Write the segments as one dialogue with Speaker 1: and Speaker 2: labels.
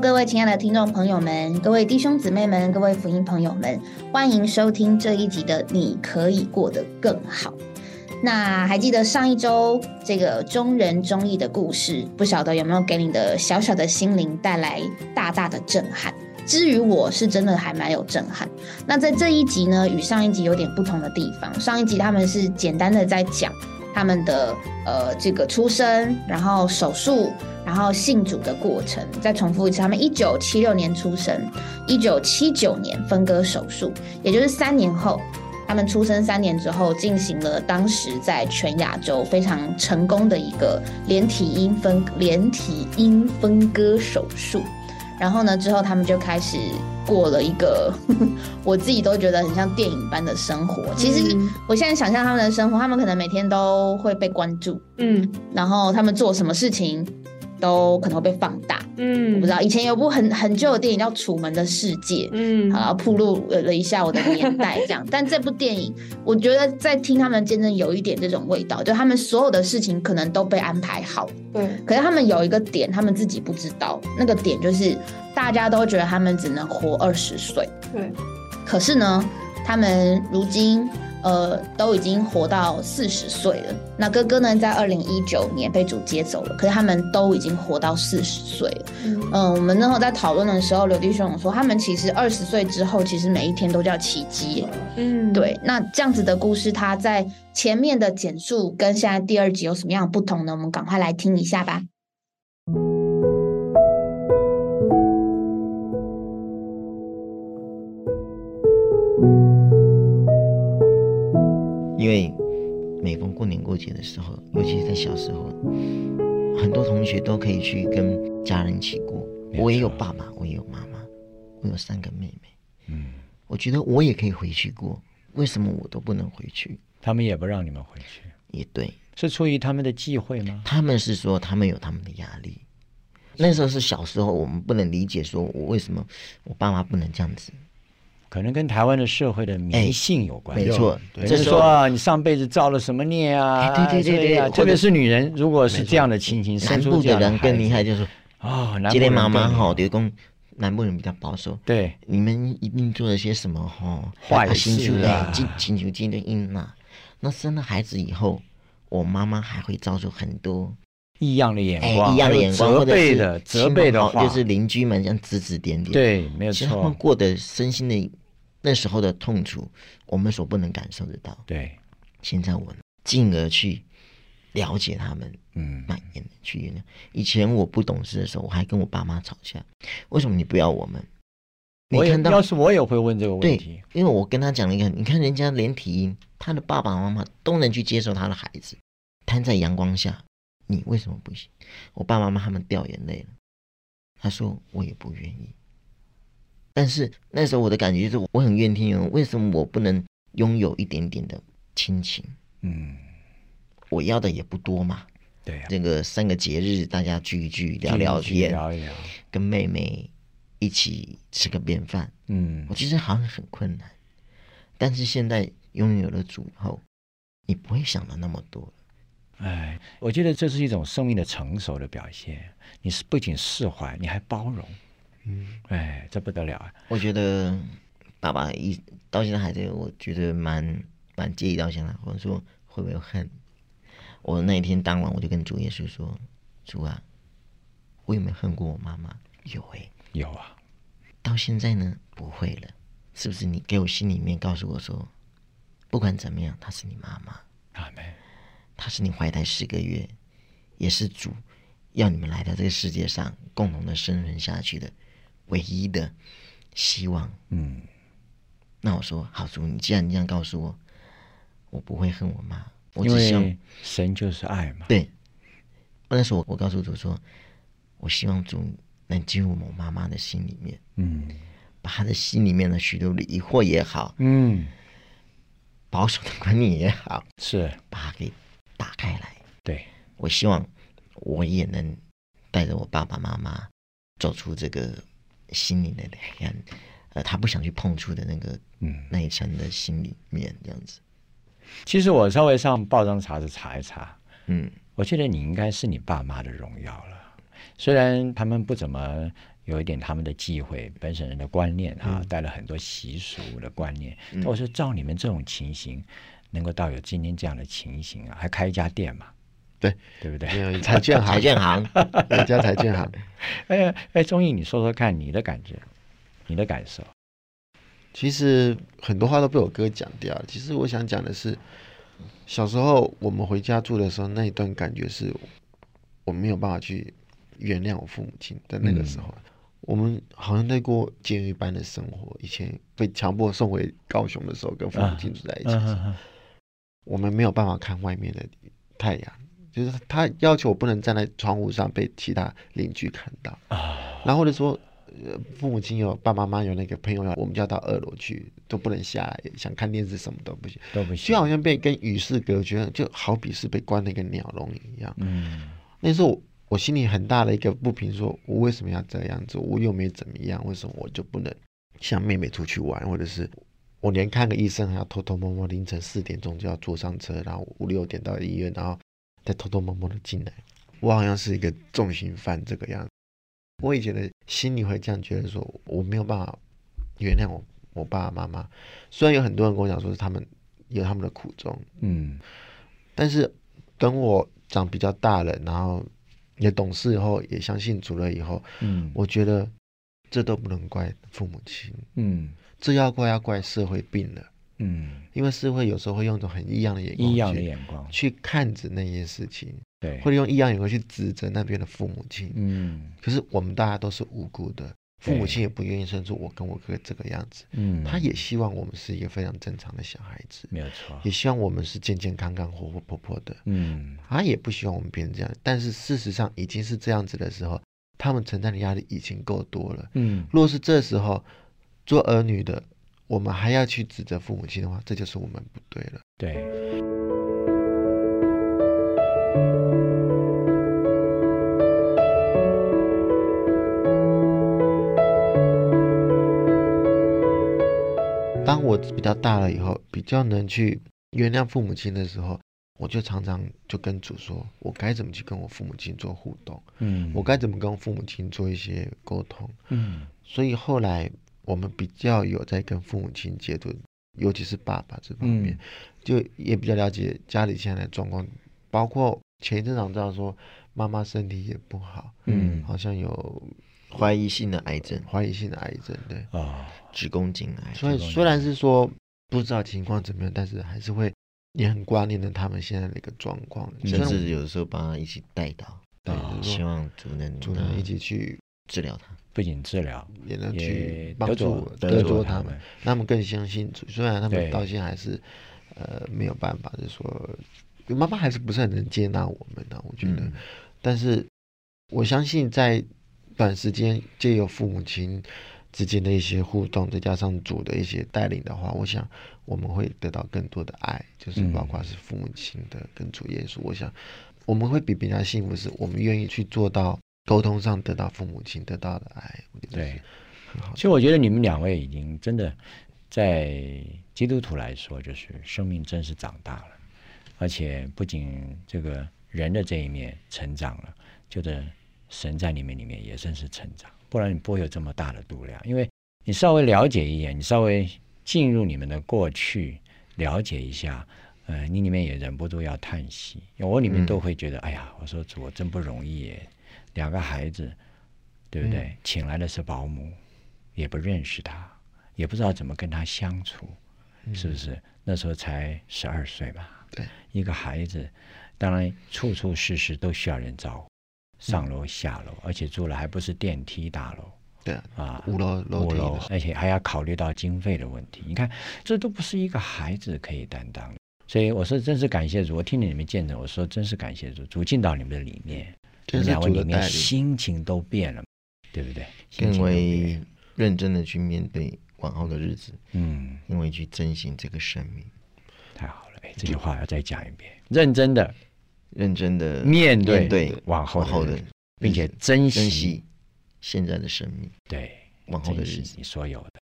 Speaker 1: 各位亲爱的听众朋友们，各位弟兄姊妹们，各位福音朋友们，欢迎收听这一集的《你可以过得更好》。那还记得上一周这个中人中义的故事，不晓得有没有给你的小小的心灵带来大大的震撼？至于我是真的还蛮有震撼。那在这一集呢，与上一集有点不同的地方，上一集他们是简单的在讲他们的呃这个出生，然后手术，然后信主的过程。再重复一次，他们一九七六年出生，一九七九年分割手术，也就是三年后。他们出生三年之后，进行了当时在全亚洲非常成功的一个连体婴分连体婴分割手术。然后呢，之后他们就开始过了一个 我自己都觉得很像电影般的生活。其实
Speaker 2: 嗯
Speaker 1: 我现在想象他们的生活，他们可能每天都会被关注，
Speaker 2: 嗯
Speaker 1: 然后他们做什么事情都可能会被放大。
Speaker 2: 嗯，
Speaker 1: 我不知道，以前有部很很旧的电影叫《楚门的世界》，
Speaker 2: 嗯，
Speaker 1: 好了，暴露了一下我的年代这 样。但这部电影，我觉得在听他们见证有一点这种味道，就他们所有的事情可能都被安排好，
Speaker 2: 对，
Speaker 1: 可是他们有一个点，他们自己不知道，那个点就是大家都觉得他们只能活二十岁，
Speaker 2: 对，
Speaker 1: 可是呢，他们如今。呃，都已经活到四十岁了。那哥哥呢，在二零一九年被主接走了，可是他们都已经活到四十岁了。
Speaker 2: 嗯
Speaker 1: 嗯，我们那时候在讨论的时候，刘弟兄有说，他们其实二十岁之后，其实每一天都叫奇迹耶。
Speaker 2: 嗯，
Speaker 1: 对，那这样子的故事，它在前面的简述跟现在第二集有什么样的不同呢？我们赶快来听一下吧。
Speaker 3: 因为每逢过年过节的时候，尤其是在小时候，很多同学都可以去跟家人一起过。
Speaker 4: 没错
Speaker 3: 我也有爸爸，我也有妈妈，我有三个妹妹。
Speaker 4: 嗯，
Speaker 3: 我觉得我也可以回去过，为什么我都不能回去？
Speaker 4: 他们也不让你们回去，
Speaker 3: 也对，
Speaker 4: 是出于他们的忌讳吗？
Speaker 3: 他们是说他们有他们的压力。那时候是小时候，我们不能理解，说我为什么我爸妈不能这样子。
Speaker 4: 可能跟台湾的社会的迷信有关。
Speaker 3: 哎没错，
Speaker 4: 对
Speaker 3: 这
Speaker 4: 就是
Speaker 3: 时
Speaker 4: 说
Speaker 3: 候
Speaker 4: 啊，你上辈子造了什么孽啊？
Speaker 3: 哎对对对
Speaker 4: 所以啊
Speaker 3: 对
Speaker 4: 特别是女人，如果是
Speaker 3: 没错
Speaker 4: 这样的情形，
Speaker 3: 南
Speaker 4: 生
Speaker 3: 部
Speaker 4: 出这
Speaker 3: 的
Speaker 4: 样
Speaker 3: 人
Speaker 4: 孩子
Speaker 3: 更厉害，就是
Speaker 4: 哦，南部
Speaker 3: 今天
Speaker 4: 人
Speaker 3: 妈妈
Speaker 4: 更厉害
Speaker 3: 吼，就是讲南部人比较保守，
Speaker 4: 对，
Speaker 3: 你们一定做了些什么吼
Speaker 4: 坏
Speaker 3: 啊请求
Speaker 4: 事啊
Speaker 3: 哎请请求基督因呐。那生了孩子以后，我妈妈还会遭受很多
Speaker 4: 异样的
Speaker 3: 哎
Speaker 4: 眼光，
Speaker 3: 一样的眼光，
Speaker 4: 还有
Speaker 3: 或
Speaker 4: 责
Speaker 3: 者
Speaker 4: 备
Speaker 3: 是
Speaker 4: 的责
Speaker 3: 亲
Speaker 4: 备
Speaker 3: 朋
Speaker 4: 的
Speaker 3: 好
Speaker 4: 话，
Speaker 3: 就是邻居们这样指指点点。，
Speaker 4: 对，没有
Speaker 3: 其实他
Speaker 4: 错
Speaker 3: 们，过的身心的那时候的痛楚，我们所不能感受得到。
Speaker 4: 对，
Speaker 3: 现在我进而去了解他们，
Speaker 4: 嗯，
Speaker 3: 蔓延去原谅。以前我不懂事的时候，我还跟我爸妈吵架，为什么你不要我们？你
Speaker 4: 我也
Speaker 3: 看到
Speaker 4: 要是我也会问这个问
Speaker 3: 对
Speaker 4: 题，，
Speaker 3: 因为我跟他讲了一个，你看人家连体婴，他的爸爸妈妈都能去接受他的孩子，摊在阳光下，你为什么不行？我爸爸妈妈他们掉眼泪了，他说我也不愿意。但是那时候我的感觉就是我很怨天尤人，为什么我不能拥有一点点的亲情？
Speaker 4: 嗯，
Speaker 3: 我要的也不多嘛，
Speaker 4: 对啊，
Speaker 3: 这个三个节日大家聚一聚，聊
Speaker 4: 进
Speaker 3: 聊
Speaker 4: 去
Speaker 3: 天，
Speaker 4: 聊一聊，
Speaker 3: 跟妹妹一起吃个便饭，
Speaker 4: 嗯
Speaker 3: 我，其实好像很困难，但是现在拥有了主以后，你不会想的那么多了。
Speaker 4: 哎，我觉得这是一种生命的成熟的表现。你是不仅释怀，你还包容，嗯，哎，这不得了啊！
Speaker 3: 我觉得爸爸一到现在还在，我觉得蛮蛮介意到现在，或者说会不会恨？我那一天当晚我就跟主耶稣说：“主啊，我有没有恨过我妈妈？有诶、
Speaker 4: 有啊，
Speaker 3: 到现在呢不会了，是不是？你给我心里面告诉我说，不管怎么样，她是你妈妈。”
Speaker 4: 阿门，
Speaker 3: 他是你怀胎十个月，也是主要你们来到这个世界上共同的生存下去的唯一的希望。
Speaker 4: 嗯，
Speaker 3: 那我说，好主，你既然这样告诉我，我不会恨我妈，我
Speaker 4: 因
Speaker 3: 只希望
Speaker 4: 为神就是爱嘛，
Speaker 3: 对。那时候我我告诉主说，我希望主能进入我妈妈的心里面，
Speaker 4: 嗯
Speaker 3: 把她的心里面的许多的疑惑也好，
Speaker 4: 嗯，
Speaker 3: 保守的观念也好，
Speaker 4: 是
Speaker 3: 把它给打开来。
Speaker 4: 对，
Speaker 3: 我希望我也能带着我爸爸妈妈走出这个心灵的黑暗，呃，他不想去碰触的那个
Speaker 4: 嗯。
Speaker 3: 那一层的心里面，这样子。
Speaker 4: 其实我稍微上报章杂志查一查，
Speaker 3: 嗯，
Speaker 4: 我觉得你应该是你爸妈的荣耀了。虽然他们不怎么有一点他们的忌讳，本省人的观念
Speaker 3: 嗯
Speaker 4: 啊，带了很多习俗的观念。
Speaker 2: 嗯
Speaker 4: 但我说，照你们这种情形，能够到有今天这样的情形啊，还开一家店嘛，
Speaker 2: 对，
Speaker 4: 对不对？
Speaker 2: 没有财券
Speaker 3: 财
Speaker 2: 行，
Speaker 3: 建行，
Speaker 2: 有一家财券行。
Speaker 4: 哎哎，钟毅，你说说看你的感觉，你的感受。
Speaker 2: 其实很多话都被我哥讲掉了。其实我想讲的是，小时候我们回家住的时候，那一段感觉是我没有办法去原谅我父母亲在那个时候。我们好像在过监狱般的生活。以前被强迫送回高雄的时候，跟父母亲住在一起的时候，
Speaker 4: 嗯
Speaker 2: 我们没有办法看外面的太阳，就是他要求我不能站在窗户上被其他邻居看到，
Speaker 4: 啊
Speaker 2: 然后或者说。呃父母亲有爸爸妈妈有那个朋友，我们就要到二楼去，都不能下来，想看电视什么都不行，
Speaker 4: 都不行
Speaker 2: 就。好像被跟与世隔绝，就好比是被关在一个鸟笼里一样。
Speaker 4: 嗯
Speaker 2: 那时候我我心里很大的一个不平说，我为什么要这样做？我又没怎么样，为什么我就不能像妹妹出去玩，或者是我连看个医生还要偷偷摸摸，凌晨四点钟就要坐上车，然后五六点到医院，然后再偷偷摸摸的进来。我好像是一个重刑犯这个样子。我以前的心里会这样觉得说，我没有办法原谅我我爸爸妈妈。虽然有很多人跟我讲说是他们有他们的苦衷，
Speaker 4: 嗯
Speaker 2: 但是等我长比较大了，然后也懂事以后，也相信主了以后，
Speaker 4: 嗯，
Speaker 2: 我觉得这都不能怪父母亲，
Speaker 4: 嗯
Speaker 2: 这要怪要啊怪社会病了，
Speaker 4: 嗯
Speaker 2: 因为社会有时候会用一种很异样的眼光
Speaker 4: 异样的
Speaker 2: 去
Speaker 4: 眼光，
Speaker 2: 去看着那些事情，
Speaker 4: 对，
Speaker 2: 或者用异样眼光去指责那边的父母亲。
Speaker 4: 嗯
Speaker 2: 可是我们大家都是无辜的，父
Speaker 4: 对
Speaker 2: 母亲也不愿意生出我跟我哥这个样子，
Speaker 4: 嗯，
Speaker 2: 他也希望我们是一个非常正常的小孩子，
Speaker 4: 没有错
Speaker 2: 也，希望我们是健健康康、活活泼泼的。
Speaker 4: 嗯
Speaker 2: 他也不希望我们变成这样，但是事实上已经是这样子的时候，他们承担的压力已经够多了。
Speaker 4: 嗯
Speaker 2: 若是这时候做儿女的，我们还要去指责父母亲的话，这就是我们不对了。
Speaker 4: 对。
Speaker 2: 当我比较大了以后，比较能去原谅父母亲的时候，我就常常就跟主说，我该怎么去跟我父母亲做互动，
Speaker 4: 嗯，
Speaker 2: 我该怎么跟父母亲做一些沟通。
Speaker 4: 嗯
Speaker 2: 所以后来我们比较有在跟父母亲接触，尤其是爸爸这方面。
Speaker 4: 嗯
Speaker 2: 就也比较了解家里现在的状况，包括前一阵长知道说妈妈身体也不好，
Speaker 4: 嗯
Speaker 2: 好像有
Speaker 3: 怀疑性的癌症，
Speaker 2: 怀疑性的癌症，对。
Speaker 4: 哦，
Speaker 3: 子宫颈癌，
Speaker 2: 所以
Speaker 4: 这种
Speaker 2: 虽然是说不知道情况怎么样，但是还是会也很挂念着他们现在的一个状况，
Speaker 4: 嗯
Speaker 2: 虽
Speaker 3: 甚
Speaker 2: 然
Speaker 3: 至有时候帮他一起带到，
Speaker 2: 对
Speaker 4: 啊
Speaker 2: 就是
Speaker 3: 希
Speaker 2: 说
Speaker 3: 望主能
Speaker 2: 主人一起去
Speaker 3: 治疗他。
Speaker 4: 不仅治疗，
Speaker 2: 也能
Speaker 4: 也
Speaker 2: 去帮助
Speaker 4: 得
Speaker 2: 得
Speaker 4: 着
Speaker 2: 着
Speaker 4: 他
Speaker 2: 他
Speaker 4: 们
Speaker 2: 们，他们更相信主，虽然他
Speaker 4: 对
Speaker 2: 们到现在还是呃没有办法，就是说妈妈还是不是很能接纳我们呢、我觉得。
Speaker 3: 嗯
Speaker 2: 但是我相信在短时间借由父母亲之间的一些互动，再加上主的一些带领的话，我想我们会得到更多的爱，就是
Speaker 4: 嗯
Speaker 2: 包括是父母亲的跟主耶稣，我想我们会比别人幸福，是我们愿意去做到沟通上得到父母亲得到的爱，我觉得
Speaker 4: 对
Speaker 2: 是很好的
Speaker 4: 其。实我觉得你们两位已经真的在基督徒来说，就是生命真是长大了，而且不仅这个人的这一面成长了，就是神在里面里面也真是成长，不然你不会有这么大的度量。因为你稍微了解一点，你稍微进入你们的过去，了解一下。呃，你里面也忍不住要叹息，我里面都会觉得，哎呀，我说主，我真不容易耶，两个孩子，对不对？
Speaker 2: 嗯
Speaker 4: 请来的是保姆，也不认识他，也不知道怎么跟他相处，是不是？那时候才十二岁吧。
Speaker 2: 嗯对，
Speaker 4: 一个孩子，当然处处事事都需要人照顾，上楼下楼，而且住了还不是电梯大楼
Speaker 2: 嗯对啊，
Speaker 4: 啊，
Speaker 2: 五楼楼
Speaker 4: 五
Speaker 2: 梯
Speaker 4: 楼
Speaker 2: 的，
Speaker 4: 而且还要考虑到经费的问题。你看，这都不是一个孩子可以担当的。所以我说，真是感谢主！我听了你们见证，我说真是感谢主，主进到你们的里面，你
Speaker 2: 这
Speaker 4: 们
Speaker 2: 是
Speaker 4: 两位
Speaker 2: 主的
Speaker 4: 里
Speaker 2: 带
Speaker 4: 面
Speaker 2: 领。
Speaker 4: 心情都变了，对不对？心
Speaker 3: 更
Speaker 4: 情都变
Speaker 3: 为认真的去面对往后的日子，
Speaker 4: 嗯，
Speaker 3: 因为去珍惜这个生命，
Speaker 4: 太好了，哎，这句话要再讲一遍，认真的
Speaker 3: 认真的
Speaker 4: 面对
Speaker 3: 对
Speaker 4: 往后
Speaker 3: 往后
Speaker 4: 的
Speaker 3: 的日
Speaker 4: 日子
Speaker 3: 子，
Speaker 4: 并且珍惜
Speaker 3: 珍惜现在的生命，
Speaker 4: 对
Speaker 3: 往后的
Speaker 4: 珍
Speaker 3: 日
Speaker 4: 惜
Speaker 3: 子。
Speaker 4: 你所有的。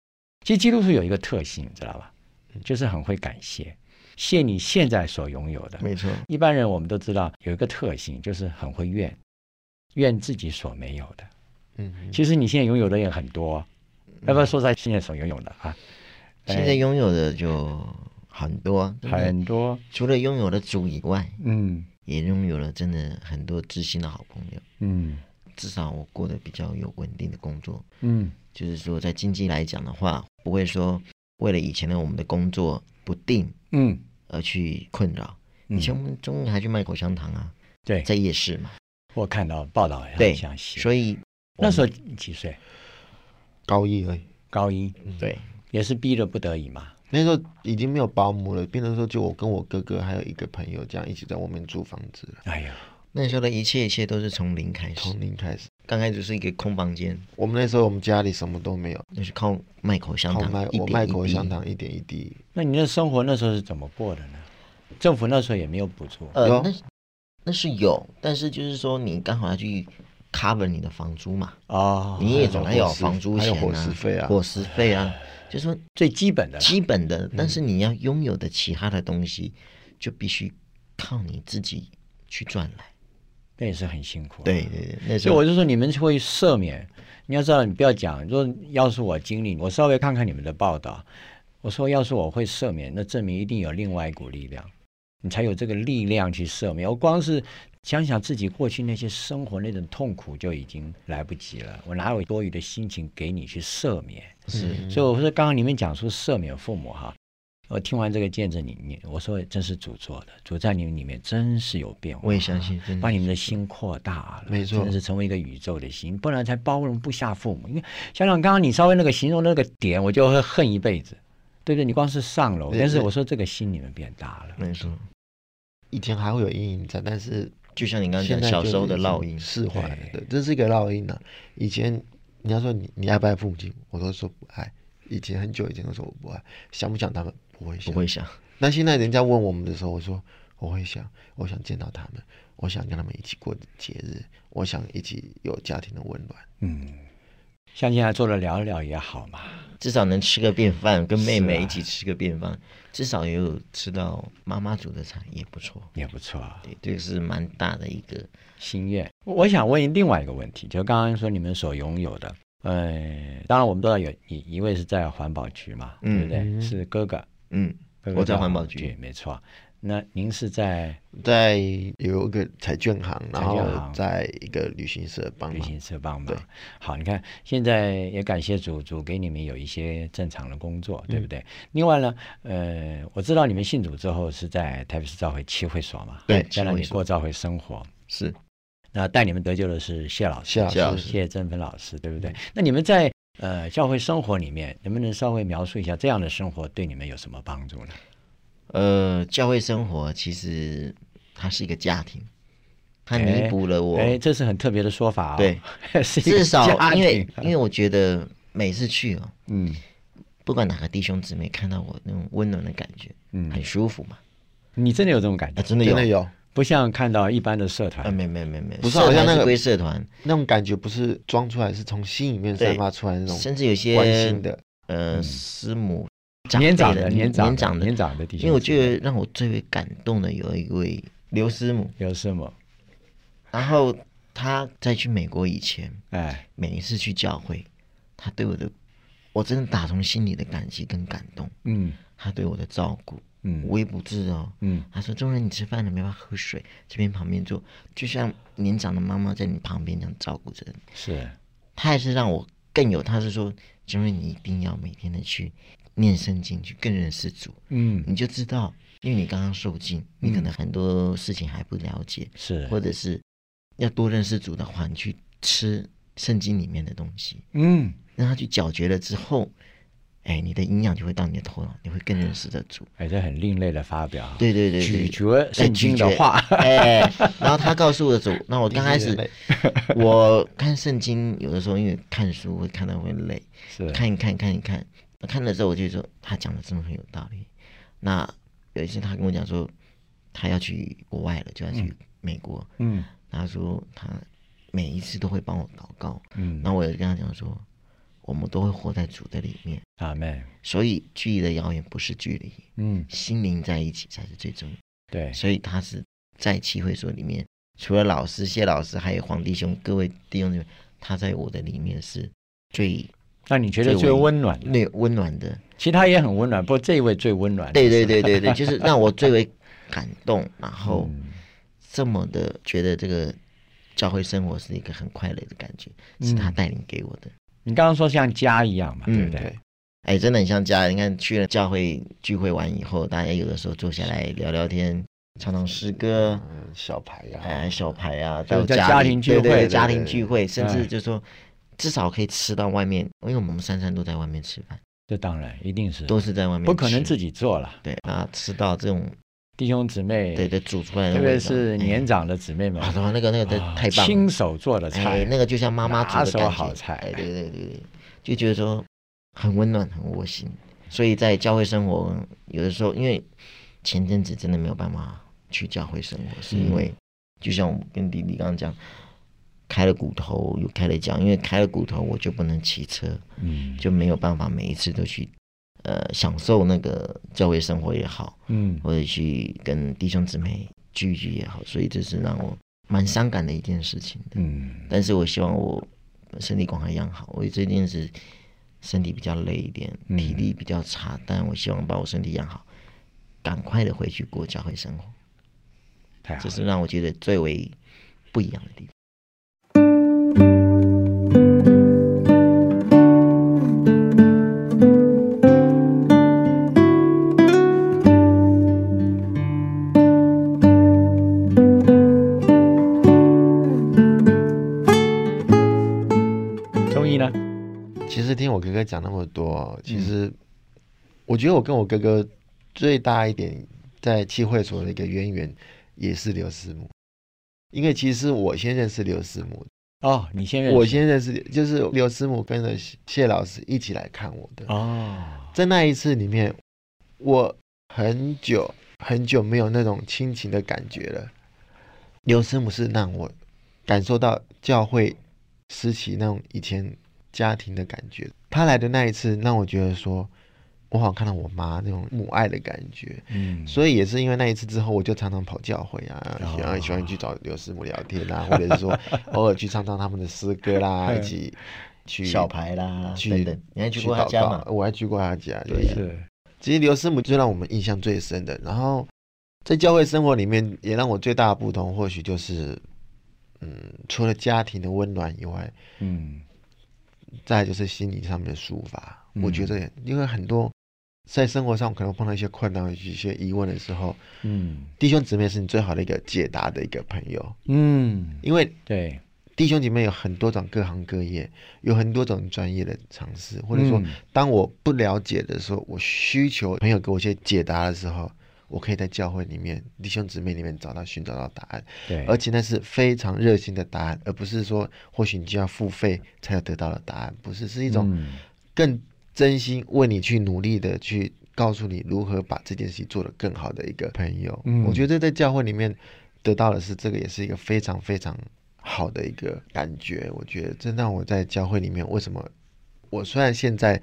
Speaker 4: 其实基督徒有一个特性，你知道吧？就是很会感谢，谢你现在所拥有的。
Speaker 3: 没错，
Speaker 4: 一般人我们都知道有一个特性，就是很会怨，怨自己所没有的。
Speaker 2: 嗯哼，
Speaker 4: 其实你现在拥有的也很多，要不要说在现在所拥有的啊？
Speaker 3: 嗯现
Speaker 2: 哎
Speaker 3: 在拥有的就很多，真的
Speaker 4: 很多，
Speaker 3: 除了拥有了主以外，
Speaker 4: 嗯
Speaker 3: 也拥有了真的很多知心的好朋友。
Speaker 4: 嗯
Speaker 3: 至少我过得比较有稳定的工作，
Speaker 4: 嗯
Speaker 3: 就是说在经济来讲的话，不会说为了以前的我们的工作不定
Speaker 4: 嗯，
Speaker 3: 而去困扰。以前我们中午还去卖口香糖啊，
Speaker 4: 对，
Speaker 3: 在夜市嘛。
Speaker 4: 我看到报道也
Speaker 3: 对
Speaker 4: 很详，细。
Speaker 3: 所以
Speaker 4: 那时候几岁？
Speaker 2: 高一而已。
Speaker 4: 高一，
Speaker 2: 嗯
Speaker 3: 对
Speaker 4: 也是逼得不得已嘛。
Speaker 2: 那时候已经没有保姆了，变成说就我跟我哥哥还有一个朋友这样一起在外面租房子了，
Speaker 4: 哎呀，
Speaker 3: 那时候的一切一切都是从零开始
Speaker 2: 从，零开始。
Speaker 3: 刚开始是一个空房间，
Speaker 2: 我们那时候我们家里什么都没有，
Speaker 3: 那是靠卖口香
Speaker 2: 靠
Speaker 3: 糖
Speaker 2: 卖，
Speaker 3: 一
Speaker 2: 我
Speaker 3: 点
Speaker 2: 卖
Speaker 3: 一滴
Speaker 2: 口香。糖一点一滴，
Speaker 4: 那你的生活那时候是怎么过的呢？政府那时候也没有补助，
Speaker 3: 呃
Speaker 2: 有，
Speaker 3: 那那是有，但是就是说你刚好要去 cover 你的房租嘛，
Speaker 4: 哦，
Speaker 3: 呃你也总要有房租
Speaker 2: 还
Speaker 3: 钱
Speaker 2: 有
Speaker 3: 啊，
Speaker 2: 伙食费啊
Speaker 3: 伙食费啊，就说
Speaker 4: 最基本的啦，
Speaker 3: 基本
Speaker 2: 嗯
Speaker 3: 的，但是你要拥有的其他的东西，就必须靠你自己去赚来。
Speaker 4: 那也是很辛苦、啊
Speaker 3: 对，对对，那时
Speaker 4: 所以我
Speaker 3: 候
Speaker 4: 就说你们会赦免。你要知道，你不要讲，说要是我经历，我稍微看看你们的报道，我说要是我会赦免，那证明一定有另外一股力量，你才有这个力量去赦免。我光是想想自己过去那些生活那种痛苦就已经来不及了，我哪有多余的心情给你去赦免？
Speaker 3: 是
Speaker 2: 嗯
Speaker 4: 所以我说，刚刚你们讲说赦免父母哈，我听完这个见证，你你我说真是主做的，主在你们里面真是有变化。
Speaker 3: 我也相信，真
Speaker 4: 把
Speaker 3: 的
Speaker 2: 哎
Speaker 4: 你们的心扩大了，
Speaker 2: 没错
Speaker 4: 真的是成为一个宇宙的心，不然才包容不下父母。因为想想刚刚你稍微那个形容那个点，我就会恨一辈子，对不对？你光是上楼，
Speaker 2: 对
Speaker 4: 但是
Speaker 2: 对
Speaker 4: 我说这个心你们变大了，
Speaker 3: 没错，
Speaker 2: 以前还会有阴影在，但是
Speaker 3: 就像你刚刚
Speaker 2: 现
Speaker 3: 讲
Speaker 2: 在
Speaker 3: 小
Speaker 2: 就
Speaker 3: 时候的
Speaker 2: 已经
Speaker 3: 烙印，
Speaker 2: 释怀了，
Speaker 4: 对
Speaker 2: 对，这是一个烙印啊。以前人家说你你爱不爱父母亲，我都说不爱。以前很久以前都说我不爱，想不想他们不会
Speaker 3: 不
Speaker 2: 想。
Speaker 3: 会想，
Speaker 2: 那现在人家问我们的时候，我说我会想，我想见到他们，我想跟他们一起过节日，我想一起有家庭的温暖。
Speaker 4: 嗯。像现在坐着聊一聊也好嘛，
Speaker 3: 至少能吃个便饭，跟妹
Speaker 4: 是
Speaker 3: 妹
Speaker 4: 啊
Speaker 3: 一起吃个便饭，至少也有吃到妈妈煮的菜，也不错。
Speaker 4: 也不错啊。
Speaker 3: 对，这个是蛮大的一个，
Speaker 4: 心愿。我我想问另外一个问题，就刚刚说你们所拥有的，呃，当然我们都知道有一一位是在环保局嘛，
Speaker 3: 嗯
Speaker 4: 对不对？是哥哥，
Speaker 3: 嗯，
Speaker 4: 哥哥
Speaker 3: 我在环保局
Speaker 4: 没错。那您是在
Speaker 2: 在有一个彩券行，然
Speaker 4: 彩券
Speaker 2: 后
Speaker 4: 行
Speaker 2: 在一个旅行社帮
Speaker 3: 嗯
Speaker 4: 旅
Speaker 2: 忙。
Speaker 4: 行社帮忙
Speaker 2: 对。
Speaker 4: 好，你看现在也感谢主主给你们有一些正常的工
Speaker 3: 嗯
Speaker 4: 作，对不对？另外呢，呃，我知道你们信主之后是在台北市教会七会所嘛，
Speaker 3: 对
Speaker 4: 在那
Speaker 3: 七会
Speaker 4: 里
Speaker 3: 所
Speaker 4: 过教会生活。
Speaker 3: 是
Speaker 4: 那带你们得救的是谢老师，
Speaker 2: 谢老
Speaker 3: 谢老
Speaker 2: 师
Speaker 4: 谢振芬老师，对不
Speaker 3: 嗯
Speaker 4: 对？那你们在呃教会生活里面，能不能稍微描述一下这样的生活对你们有什么帮助呢？
Speaker 3: 呃，教会生活其实它是一个家庭，它弥补了我。
Speaker 4: 哎，这是很特别的说法啊、
Speaker 3: 对，
Speaker 4: 是一个
Speaker 3: 至少
Speaker 4: 家
Speaker 3: 因为
Speaker 4: 庭
Speaker 3: 因为我觉得每次去哦，
Speaker 4: 嗯
Speaker 3: 不管哪个弟兄姊妹看到我那种温暖的感觉，很
Speaker 4: 嗯，
Speaker 3: 舒服嘛。
Speaker 4: 你真的有这种感
Speaker 3: 啊，
Speaker 4: 觉，
Speaker 3: 真的
Speaker 2: 真
Speaker 3: 有
Speaker 2: 的有
Speaker 4: 不像看到一般的社
Speaker 3: 啊，
Speaker 4: 团。
Speaker 3: 没没没没，
Speaker 2: 不是
Speaker 3: 社
Speaker 2: 好像
Speaker 3: 团
Speaker 2: 那个
Speaker 3: 归社团，
Speaker 2: 那种感觉，不是装出来，是从心里面散
Speaker 3: 对
Speaker 2: 发出来那种
Speaker 3: 甚至有些
Speaker 2: 关心的。
Speaker 3: 呃师母
Speaker 4: 年
Speaker 3: 长
Speaker 4: 长
Speaker 3: 辈
Speaker 4: 的、
Speaker 3: 的
Speaker 4: 年
Speaker 3: 长
Speaker 4: 长的、
Speaker 3: 的
Speaker 4: 年，长的弟兄，
Speaker 3: 因为我觉得让我最为感动的有一位刘师母，
Speaker 4: 有什么？
Speaker 3: 然后她在去美国以前，
Speaker 4: 哎，
Speaker 3: 每一次去教会，她对我的，我真的打从心里的感激跟感动，
Speaker 4: 嗯
Speaker 3: 她对我的照顾，
Speaker 4: 嗯
Speaker 3: 无微不至哦。
Speaker 4: 嗯，
Speaker 3: 她说：“中人，你吃饭了没有？要喝水，这边旁边坐，就像年长的妈妈在你旁边这样照顾着你。”
Speaker 4: 是
Speaker 3: 他还是让我更有，他是说，杰瑞，你一定要每天的去念圣经，去更认识主，
Speaker 4: 嗯
Speaker 3: 你就知道，因为你刚刚受尽，你可能很多事情还不了解，
Speaker 4: 是
Speaker 3: 或者是要多认识主的话，你去吃圣经里面的东西，
Speaker 4: 嗯，
Speaker 3: 让他去搅嚼了之后，哎，你的营养就会到你的头脑，你会更认识的主。
Speaker 4: 哎，这很另类的发表啊，
Speaker 3: 对对对对
Speaker 4: 咀嚼圣经的话，
Speaker 3: 哎，然后他告诉我主，那我刚开始
Speaker 2: 你
Speaker 3: 我看圣经，有的时候因为看书会看到会累，
Speaker 4: 是
Speaker 3: 看一看，看一看，看了之后我就说他讲的真的很有道理。那有一次他跟我讲说，他要去国外了，就要去美国。
Speaker 4: 嗯
Speaker 3: 他说他每一次都会帮我祷告。
Speaker 4: 嗯，
Speaker 3: 那我也跟他讲说，我们都会活在主的里面，
Speaker 4: 阿妹，
Speaker 3: 所以距离的遥远不是距离，
Speaker 4: 嗯，
Speaker 3: 心灵在一起才是最重要。
Speaker 4: 对，
Speaker 3: 所以他是在七会所里面，除了老师谢老师，还有黄弟兄，各位弟兄姊妹，他在我的里面是最
Speaker 4: 那你觉得最
Speaker 3: 最为
Speaker 4: 温暖的？
Speaker 3: 那温暖的。
Speaker 4: 其他也很温暖，不过这一位最温暖。
Speaker 3: 对对对对 对，就是让我最为感动，然后
Speaker 4: 嗯
Speaker 3: 这么的觉得这个教会生活是一个很快乐的感觉，是他带领给我的。
Speaker 4: 你刚刚说像家一样嘛，
Speaker 3: 嗯
Speaker 4: 对不对
Speaker 2: 对？
Speaker 3: 哎，真的很像家。你看去了教会聚会完以后，大家有的时候坐下来聊聊天，唱唱诗歌，
Speaker 2: 嗯，小牌呀、
Speaker 3: 哎，小牌啊，
Speaker 4: 就是
Speaker 3: 到
Speaker 4: 在
Speaker 3: 家
Speaker 4: 家
Speaker 3: 里
Speaker 4: 庭聚
Speaker 3: 对对
Speaker 4: 会
Speaker 3: 对
Speaker 4: 对
Speaker 3: 家
Speaker 2: 对
Speaker 3: 庭聚会，甚
Speaker 4: 哎
Speaker 3: 至就说至少可以吃到外面，因为我们三餐都在外面吃饭，
Speaker 4: 这当然一定是，
Speaker 3: 都是在外面吃，
Speaker 4: 不可能自己做了。
Speaker 3: 对啊，吃到这种
Speaker 4: 弟兄姊妹，
Speaker 3: 对对煮出来的
Speaker 4: 特
Speaker 3: 味道，
Speaker 4: 别是年长的姊妹 们
Speaker 3: 哎，，啊，那个那个真的
Speaker 4: 啊
Speaker 3: 太棒了，
Speaker 4: 亲手做的
Speaker 3: 哎
Speaker 4: 菜，，
Speaker 3: 那个就像妈妈
Speaker 4: 拿
Speaker 3: 煮
Speaker 4: 手
Speaker 3: 的感觉，
Speaker 4: 好菜
Speaker 3: 哎，对对对对，就觉得说很温暖，很窝心。所以在教会生活，有的时候因为前阵子真的没有办法去教会生活，是因为、
Speaker 4: 嗯
Speaker 3: 就像我跟弟弟刚刚讲，开了骨头又开了脚，因为开了骨头我就不能骑车，
Speaker 4: 嗯
Speaker 3: 就没有办法每一次都去呃享受那个教会生活也好，
Speaker 4: 嗯，
Speaker 3: 或者去跟弟兄姊妹聚一聚也好，所以这是让我蛮伤感的一件事情的。
Speaker 4: 嗯，
Speaker 3: 但是我希望我身体赶快养好。我最近是身体比较累一点，
Speaker 4: 嗯
Speaker 3: 体力比较差，但我希望把我身体养好，赶快的回去过教会生活，
Speaker 4: 太好
Speaker 3: 这
Speaker 4: 了。
Speaker 3: 是让我觉得最为不一样的地方。
Speaker 4: 中医呢？
Speaker 2: 其实听我哥哥讲那么多，其实我觉得我跟我哥哥最大一点在七会所的一个渊源也是刘师母，因为其实我先认识刘师母，
Speaker 4: 哦，你先认识
Speaker 2: 我先认识就是刘师母跟着谢老师一起来看我的，
Speaker 4: 哦，
Speaker 2: 在那一次里面，我很久很久没有那种亲情的感觉了。刘师母是让我感受到教会时期那种以前家庭的感觉。她来的那一次，让我觉得说，我好像看到我妈那种母爱的感觉。
Speaker 4: 嗯，
Speaker 2: 所以也是因为那一次之后，我就常常跑教会啊，
Speaker 4: 哦
Speaker 2: 喜欢喜欢去找刘师母聊天啊，或者是说偶尔去唱唱他们的诗歌啦，
Speaker 4: 嗯
Speaker 2: 一起去
Speaker 3: 小牌啦
Speaker 2: 去
Speaker 3: 等等，你还去过
Speaker 2: 祷
Speaker 3: 他家
Speaker 2: 告
Speaker 3: 嘛？
Speaker 2: 我还去过他家，
Speaker 3: 对
Speaker 2: 就是
Speaker 4: 是
Speaker 2: 其实刘师母最让我们印象最深的，然后在教会生活里面，也让我最大的不同，或许就是，嗯，除了家庭的温暖以外，
Speaker 4: 嗯
Speaker 2: 再来就是心理上面的抒发。
Speaker 4: 嗯
Speaker 2: 我觉得，因为很多在生活上可能碰到一些困难、一些疑问的时候，
Speaker 4: 嗯
Speaker 2: 弟兄姊妹是你最好的一个解答的一个朋友，
Speaker 4: 嗯，
Speaker 2: 因为
Speaker 4: 对，
Speaker 2: 弟兄姐妹有很多种各行各业，有很多种专业的尝试，或者说
Speaker 4: 嗯，
Speaker 2: 当我不了解的时候，我需求朋友给我一些解答的时候，我可以在教会里面、弟兄姊妹里面找到、寻找到答案，
Speaker 4: 对，
Speaker 2: 而且那是非常热心的答案，而不是说或许你就要付费才有得到的答案，不是，是一种
Speaker 4: 嗯
Speaker 2: 更真心为你去努力的去告诉你如何把这件事情做得更好的一个朋友。
Speaker 4: 嗯
Speaker 2: 我觉得在教会里面得到的是这个，也是一个非常非常好的一个感觉。我觉得这让我在教会里面为什么我虽然现在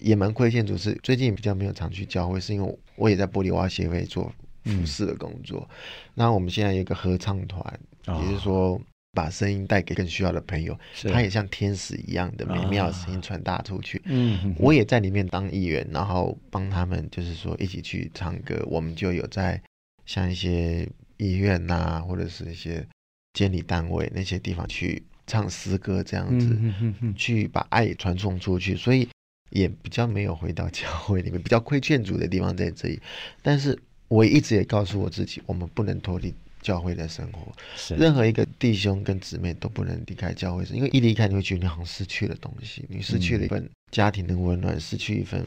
Speaker 2: 也蛮亏欠主是最近比较没有常去教会，是因为我也在玻璃瓦协会做服饰的工
Speaker 4: 嗯
Speaker 2: 作。那我们现在有一个合唱团，
Speaker 4: 哦
Speaker 2: 也是说把声音带给更需要的朋友，
Speaker 4: 是
Speaker 2: 它也像天使一样的美妙的声
Speaker 4: 啊
Speaker 2: 音传达出去。
Speaker 4: 嗯，
Speaker 2: 我也在里面当议员，然后帮他们就是说一起去唱歌，我们就有在像一些医院呐、或者是一些监理单位那些地方去唱诗歌这样
Speaker 4: 嗯
Speaker 2: 子。
Speaker 4: 嗯嗯嗯
Speaker 2: 去把爱传送出去，所以也比较没有回到教会里面，比较亏欠主的地方在这里。但是我一直也告诉我自己，我们不能脱离教会的生活，
Speaker 4: 嗯是
Speaker 2: 任何一个弟兄跟姊妹都不能离开教会，因为一离开你会觉得你好像失去了东西，你失去了一份家庭的温暖，失去一份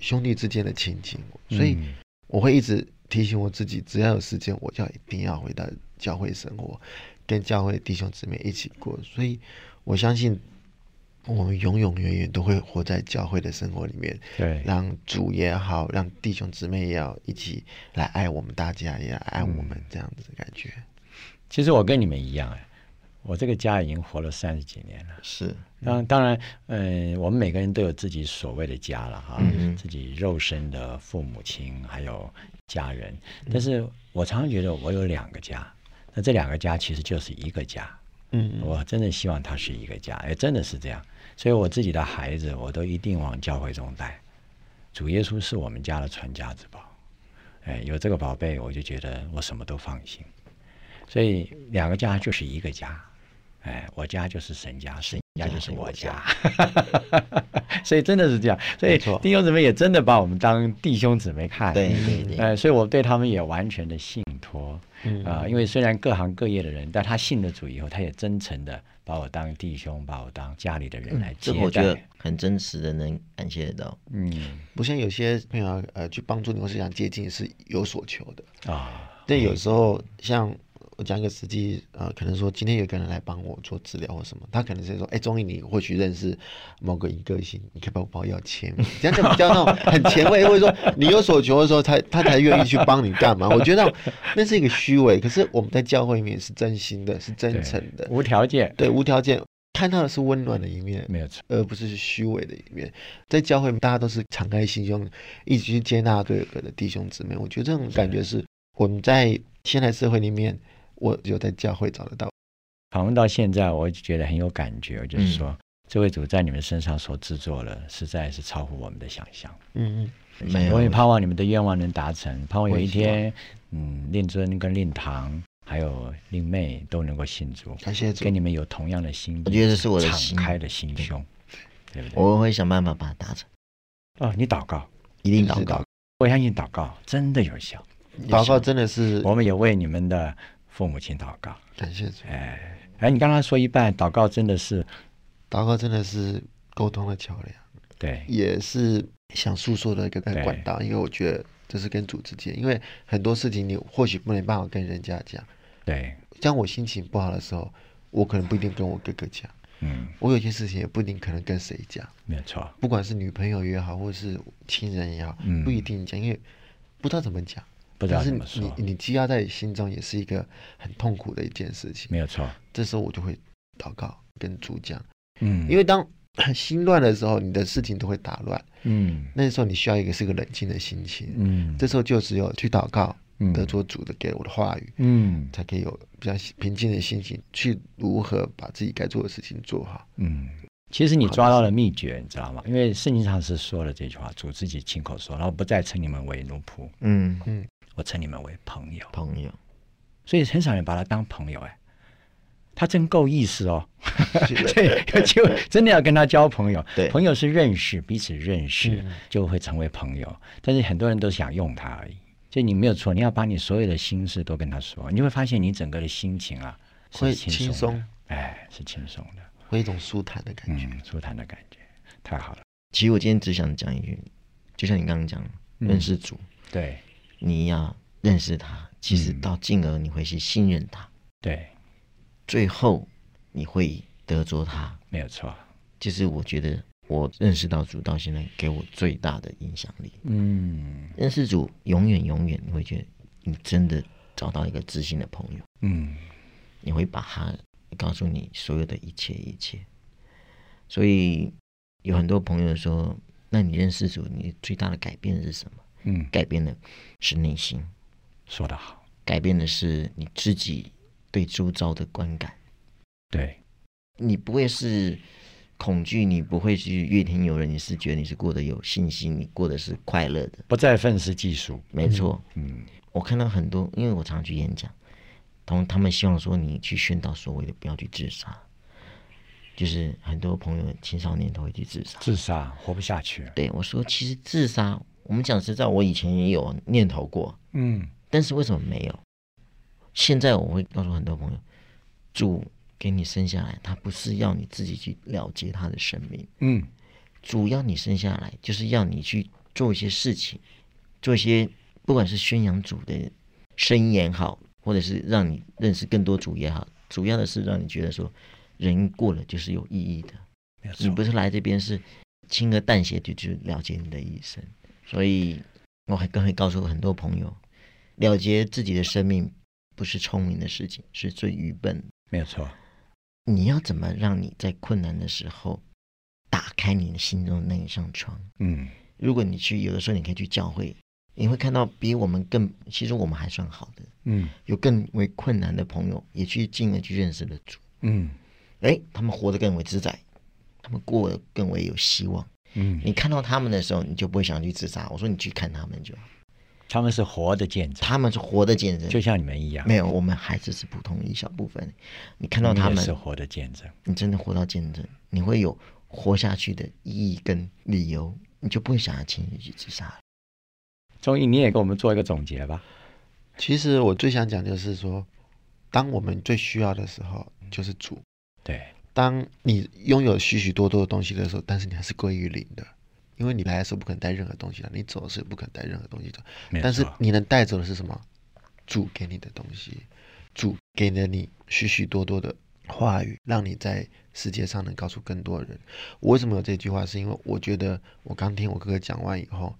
Speaker 2: 兄弟之间的亲情。所以
Speaker 4: 嗯
Speaker 2: 我会一直提醒我自己，只要有时间，我就要一定要回到教会生活，跟教会弟兄姊妹一起过。所以我相信，我们永永远远都会活在教会的生活里面，
Speaker 4: 对，
Speaker 2: 让主也好，让弟兄姊妹也好，一起来爱我们大家，也来爱我们
Speaker 4: 嗯
Speaker 2: 这样子的感觉。
Speaker 4: 其实我跟你们一样哎，我这个家已经活了三十几年了。
Speaker 3: 是，
Speaker 4: 当当然，嗯、我们每个人都有自己所谓的家了哈，
Speaker 3: 嗯
Speaker 4: 自己肉身的父母亲还有家人。但是我常常觉得我有两个家，那这两个家其实就是一个家。
Speaker 2: 嗯，
Speaker 4: 我真的希望他是一个家，哎，真的是这样。所以我自己的孩子，我都一定往教会中带。主耶稣是我们家的传家之宝，哎，有这个宝贝，我就觉得我什么都放心。所以两个家就是一个家，哎，我家就是神家，神家就是我家。 所以真的是这样，所以
Speaker 2: 没错
Speaker 4: 弟兄姊妹也真的把我们当弟兄姊妹看。
Speaker 3: 对对对，
Speaker 4: 呃，所以我对他们也完全的信托，
Speaker 2: 嗯
Speaker 4: 啊、因为虽然各行各业的人，但他信了主以后，他也真诚的把我当弟兄，把我当家里的人
Speaker 2: 嗯
Speaker 4: 来
Speaker 3: 这
Speaker 4: 接待。
Speaker 3: 个我觉得很真实的，能感谢得到。
Speaker 4: 嗯
Speaker 2: 不像有些朋友啊呃去帮助你或是想接近是有所求的，
Speaker 4: 啊，
Speaker 2: 但有时候像我讲一个实际呃，可能说今天有一个人来帮我做治疗或什么，他可能是说，哎，终于你或许认识某个一个星，你可以帮我帮我要钱， 这样就比较那种很前卫，或者说你有所求的时候，他他才愿意去帮你干嘛？我觉得那是一个虚伪，可是我们在教会里面是真心的，是真
Speaker 4: 对
Speaker 2: 诚的，
Speaker 4: 无条件，
Speaker 2: 对，无条件看到的是温暖的一面，
Speaker 4: 没有错，
Speaker 2: 而不是虚伪的一面。在教会，大家都是敞开心胸，一起去接纳各个的弟兄姊妹。我觉得这种感觉是我们在现代社会里面，我有在教会找得到。
Speaker 4: 访问到现在，我就觉得很有感觉，就是说、这位主在你们身上所制作的，实在是超乎我们的想象。
Speaker 2: 嗯
Speaker 3: 没有
Speaker 4: 我也盼望你们的愿望能达成，盼望有
Speaker 2: 我也
Speaker 4: 一
Speaker 2: 希望
Speaker 4: 天，嗯，令尊跟令堂还有令妹都能够信主。
Speaker 2: 感谢主
Speaker 4: 跟，你们有同样的心意，
Speaker 3: 我觉得这是我的
Speaker 4: 敞
Speaker 3: 心
Speaker 4: 开的心胸，对不对？
Speaker 3: 我会想办法把它达成，
Speaker 4: 哦，你祷告，
Speaker 3: 一定
Speaker 2: 就是
Speaker 3: 祷告。
Speaker 4: 我相信祷告真的有效。
Speaker 2: 祷告真的是
Speaker 4: 我们也为你们的父母亲祷告。
Speaker 2: 感谢主，
Speaker 4: 哎，哎，你刚刚说一半，祷告真的是
Speaker 2: 祷告真的是沟通的桥梁，
Speaker 4: 对，
Speaker 2: 也是想诉说的一个
Speaker 4: 对
Speaker 2: 管道。因为我觉得这是跟主之间，因为很多事情你或许没办法跟人家讲。
Speaker 4: 对，
Speaker 2: 像我心情不好的时候，我可能不一定跟我哥哥讲，
Speaker 4: 嗯，
Speaker 2: 我有些事情也不一定可能跟谁讲。
Speaker 4: 没有错，
Speaker 2: 不管是女朋友也好，或是亲人也好，
Speaker 4: 嗯
Speaker 2: 不一定讲，因为不知道怎么讲。
Speaker 4: 不知道
Speaker 2: 但是
Speaker 4: 怎么说
Speaker 2: 你，你积压在心中也是一个很痛苦的一件事情
Speaker 4: 没。有错，
Speaker 2: 这时候我就会祷告跟主讲，
Speaker 4: 嗯，
Speaker 2: 因为当 心乱的时候，你的事情都会打乱。
Speaker 4: 嗯
Speaker 2: 那时候你需要一个是个冷静的心情。
Speaker 4: 嗯，
Speaker 2: 这时候就只有去祷告，
Speaker 4: 嗯
Speaker 2: 得着主的给我的话语，
Speaker 4: 嗯
Speaker 2: 才可以有比较平静的心情去如何把自己该做的事情做好。
Speaker 4: 嗯，其实你抓到了秘诀，你知道吗？因为圣经上是说了这句话，主自己亲口说，然后不再称你们为奴仆，
Speaker 3: 嗯，
Speaker 4: 我称你们为朋友。
Speaker 3: 朋友，
Speaker 4: 所以很少人把他当朋友哎、他真够意思哦。 对，就真的要跟他交朋友。
Speaker 3: 对
Speaker 4: 朋友是认识，彼此认识就会成为朋友。但是很多人都想用他而已，所以你没有错，你要把你所有的心事都跟他说，你就会发现你整个的心情啊
Speaker 2: 会
Speaker 4: 是轻
Speaker 2: 轻
Speaker 4: 松
Speaker 2: 松
Speaker 4: 的，哎，是轻松的，
Speaker 2: 会有一种舒坦的感觉。
Speaker 4: 嗯，舒坦的感觉，太好了。
Speaker 3: 其实我今天只想讲一句，就像你刚刚讲，
Speaker 4: 嗯
Speaker 3: 认识主，
Speaker 4: 对
Speaker 3: 你要认识他，其实到进而你会去信任他，
Speaker 4: 对，
Speaker 3: 最后你会得着他。
Speaker 4: 没有错。
Speaker 3: 就是我觉得我认识到主到现在给我最大的影响力，
Speaker 4: 嗯
Speaker 3: 认识主永远永远你会觉得你真的找到一个知心的朋友，
Speaker 4: 嗯，
Speaker 3: 你会把他告诉你所有的一切一切。所以有很多朋友说，那你认识主，你最大的改变是什么？
Speaker 4: 嗯，
Speaker 3: 改变的是内心，
Speaker 4: 说得好，
Speaker 3: 改变的是你自己对周遭的观感。
Speaker 4: 对，
Speaker 3: 你不会是恐惧，你不会去怨天尤人，你是觉得你是过得有信心，你过得是快乐的。
Speaker 4: 不再愤世嫉俗。
Speaker 3: 没错，
Speaker 4: 嗯
Speaker 3: 我看到很多，因为我常去演讲，他们他们希望说你去宣导所谓的不要去自杀，就是很多朋友青少年都会去自杀。
Speaker 4: 自杀活不下去了。
Speaker 3: 对我说，其实自杀，我们讲实在，我以前也有念头过，
Speaker 4: 嗯，
Speaker 3: 但是为什么没有？现在我会告诉很多朋友，主给你生下来，他不是要你自己去了结他的生命，
Speaker 4: 嗯，
Speaker 3: 主要你生下来就是要你去做一些事情，做一些不管是宣扬主的声言也好，或者是让你认识更多主也好，主要的是让你觉得说，人过了就是有意义的。
Speaker 4: 没有错
Speaker 3: 你不是来这边是轻而淡写就去了解你的一生，所以我还更会告诉很多朋友，了结自己的生命不是聪明的事情，是最愚笨的。
Speaker 4: 没有错。
Speaker 3: 你要怎么让你在困难的时候打开你的心中那一扇窗？
Speaker 4: 嗯
Speaker 3: 如果你去有的时候，你可以去教会，你会看到比我们更，其实我们还算好的，
Speaker 4: 嗯
Speaker 3: 有更为困难的朋友，也去进而去认识了主。
Speaker 4: 嗯
Speaker 3: 哎，他们活得更为自在，他们过得更为有希望。
Speaker 4: 嗯，
Speaker 3: 你看到他们的时候，你就不会想去自杀。我说你去看他们就好，
Speaker 4: 他们是活的见证，
Speaker 3: 他们是活的见证。
Speaker 4: 就像你们一样，
Speaker 3: 没有，我们还只是普通一小部分。你看到他
Speaker 4: 你
Speaker 3: 们
Speaker 4: 也，是活的见证。
Speaker 3: 你真的活到见证，你会有活下去的意义跟理由，你就不会想要轻易去自杀了。
Speaker 4: 钟毅，你也给我们做一个总结吧。
Speaker 2: 其实我最想讲就是说，当我们最需要的时候，就是主。
Speaker 4: 对，
Speaker 2: 当你拥有许许多多的东西的时候，但是你还是归于零的，因为你来的时候不可能带任何东西来，你走的时候不可能带任何东西走。
Speaker 4: 没有
Speaker 2: 但是
Speaker 4: 错
Speaker 2: 你能带走的是什么？主给你的东西，主给了你许许多多的话语，让你在世界上能告诉更多人。我为什么有这句话？是因为我觉得我刚听我哥哥讲完以后，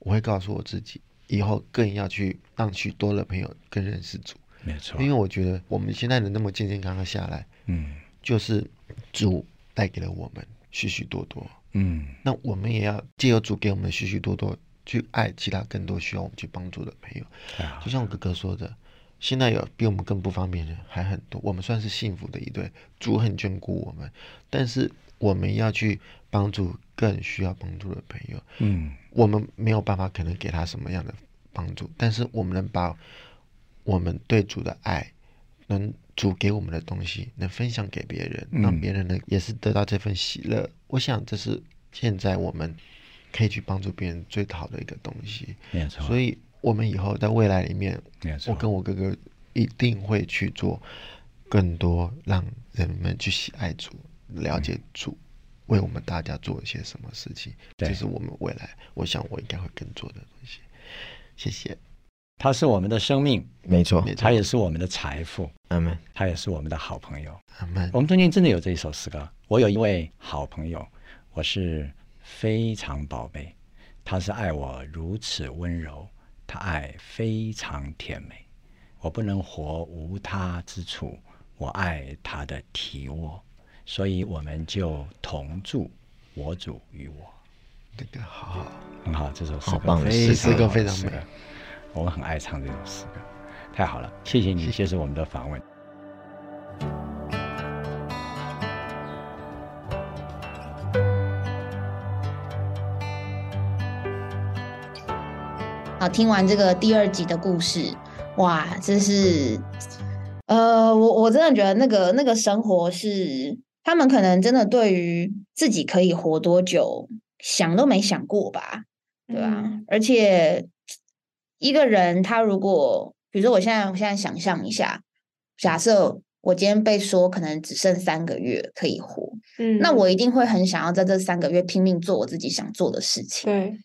Speaker 2: 我会告诉我自己，以后更要去让许多的朋友更认识主，
Speaker 4: 没有错
Speaker 2: 因，为我觉得我们现在能那么健健康康下来，
Speaker 4: 嗯
Speaker 2: 就是主带给了我们许许多多。
Speaker 4: 嗯，
Speaker 2: 那我们也要借由主给我们的许许多多，去爱其他更多需要我们去帮助的朋友。
Speaker 4: 太好
Speaker 2: 就像我哥哥说的，现在有比我们更不方便的人还很多，我们算是幸福的一对，主很眷顾我们，但是我们要去帮助更需要帮助的朋友。
Speaker 4: 嗯，
Speaker 2: 我们没有办法可能给他什么样的帮助，但是我们能把我们对主的爱，能主给我们的东西，能分享给别人，
Speaker 4: 嗯
Speaker 2: 让别人呢也是得到这份喜乐。我想这是现在我们可以去帮助别人最好的一个东西。
Speaker 4: 没有错，
Speaker 2: 所以，我们以后在未来里面，
Speaker 4: 没有错
Speaker 2: 我跟我哥哥一定会去做更多让人们去喜爱主、了
Speaker 4: 嗯
Speaker 2: 解主，为我们大家做一些什么事情。
Speaker 4: 对
Speaker 2: 这是我们未来，我想我应该会更做的东西。谢谢，
Speaker 4: 他是我们的生命，
Speaker 3: 没错
Speaker 2: 没错
Speaker 4: 他也是我们的财富，
Speaker 3: 阿门。
Speaker 4: 他也是我们的好朋友。
Speaker 2: 阿曼
Speaker 4: 我，们中间真的有这一首诗歌。我有一位好朋友，我是非常宝贝，他是爱我如此温柔，他爱非常甜美，我不能活无他之处，我爱他的体窝，所以我们就同住，我主与我。
Speaker 2: 这个好，
Speaker 4: 很好，这首诗
Speaker 3: 好
Speaker 4: 歌
Speaker 3: 棒的
Speaker 4: 非常
Speaker 2: 诗
Speaker 4: 好
Speaker 2: 歌非
Speaker 4: 的
Speaker 2: 常
Speaker 4: 诗
Speaker 2: 美
Speaker 4: 歌我们很爱唱这首诗歌，太好了，谢谢你接受我们的访问。
Speaker 1: 好，听完这个第二集的故事，哇，真是，呃，我我真的觉得那个那个生活是他们可能真的对于自己可以活多久想都没想过吧，对啊吧？而且一个人他如果，比如说我现在我现在想象一下，假设我今天被说可能只剩三个月可以活，
Speaker 5: 嗯，
Speaker 1: 那我一定会很想要在这三个月拼命做我自己想做的事情。
Speaker 5: 对，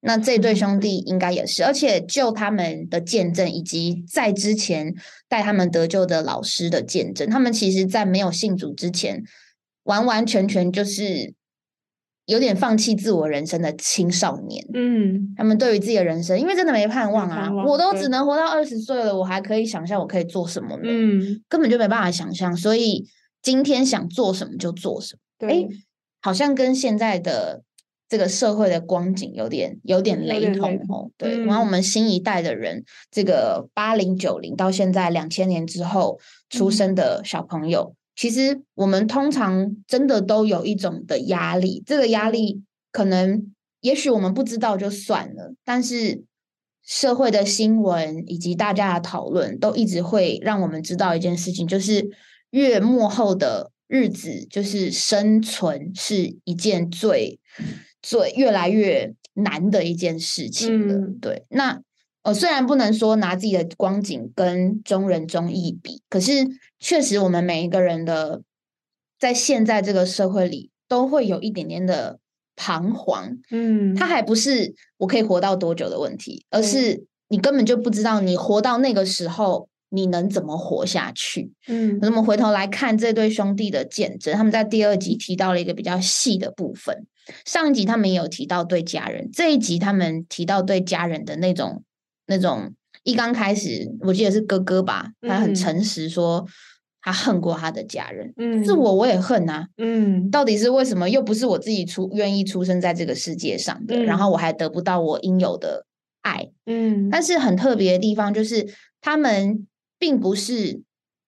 Speaker 1: 那这
Speaker 5: 嗯
Speaker 1: 对兄弟应该也是，而且就他们的见证，以及在之前带他们得救的老师的见证，他们其实在没有信主之前，完完全全就是有点放弃自我人生的青少年。
Speaker 5: 嗯，
Speaker 1: 他们对于自己的人生，因为真的没盼望啊，
Speaker 5: 盼望
Speaker 1: 我都
Speaker 5: 对
Speaker 1: 只能活到二十岁了，我还可以想象我可以做什么呢？
Speaker 5: 嗯，
Speaker 1: 根本就没办法想象，所以今天想做什么就做什么。
Speaker 5: 对，
Speaker 1: 好像跟现在的这个社会的光景有点有点
Speaker 5: 有
Speaker 1: 雷
Speaker 5: 点雷
Speaker 1: 同
Speaker 5: 同
Speaker 1: 哦。对，然后我
Speaker 5: 嗯
Speaker 1: 们新一代的人，这个八零九零到现在两千年之后出生的小朋友，其实我们通常真的都有一种的压力，这个压力可能也许我们不知道就算了，但是。社会的新闻以及大家的讨论，都一直会让我们知道一件事情，就是越幕后的日子，就是生存是一件最最越来越难的一件事情了。
Speaker 5: 嗯
Speaker 1: 对，那呃，虽然不能说拿自己的光景跟中人中意比，可是确实我们每一个人的在现在这个社会里，都会有一点点的彷徨，
Speaker 5: 嗯，
Speaker 1: 它还不是我可以活到多久的问题，而
Speaker 5: 对
Speaker 1: 是你根本就不知道你活到那个时候你能怎么活下去。
Speaker 5: 嗯
Speaker 1: 可是我们回头来看这对兄弟的见证，他们在第二集提到了一个比较细的部分。上一集他们也有提到对家人，这一集他们提到对家人的那种那种。一刚开始，我记得是哥哥吧，他很
Speaker 5: 嗯
Speaker 1: 诚实说他恨过他的家人，
Speaker 5: 嗯，
Speaker 1: 是我我也恨啊，
Speaker 5: 嗯，
Speaker 1: 到底是为什么？又不是我自己出愿意出生在这个世界上的，然
Speaker 5: 嗯
Speaker 1: 后我还得不到我应有的爱。
Speaker 5: 嗯，
Speaker 1: 但是很特别的地方就是，他们并不是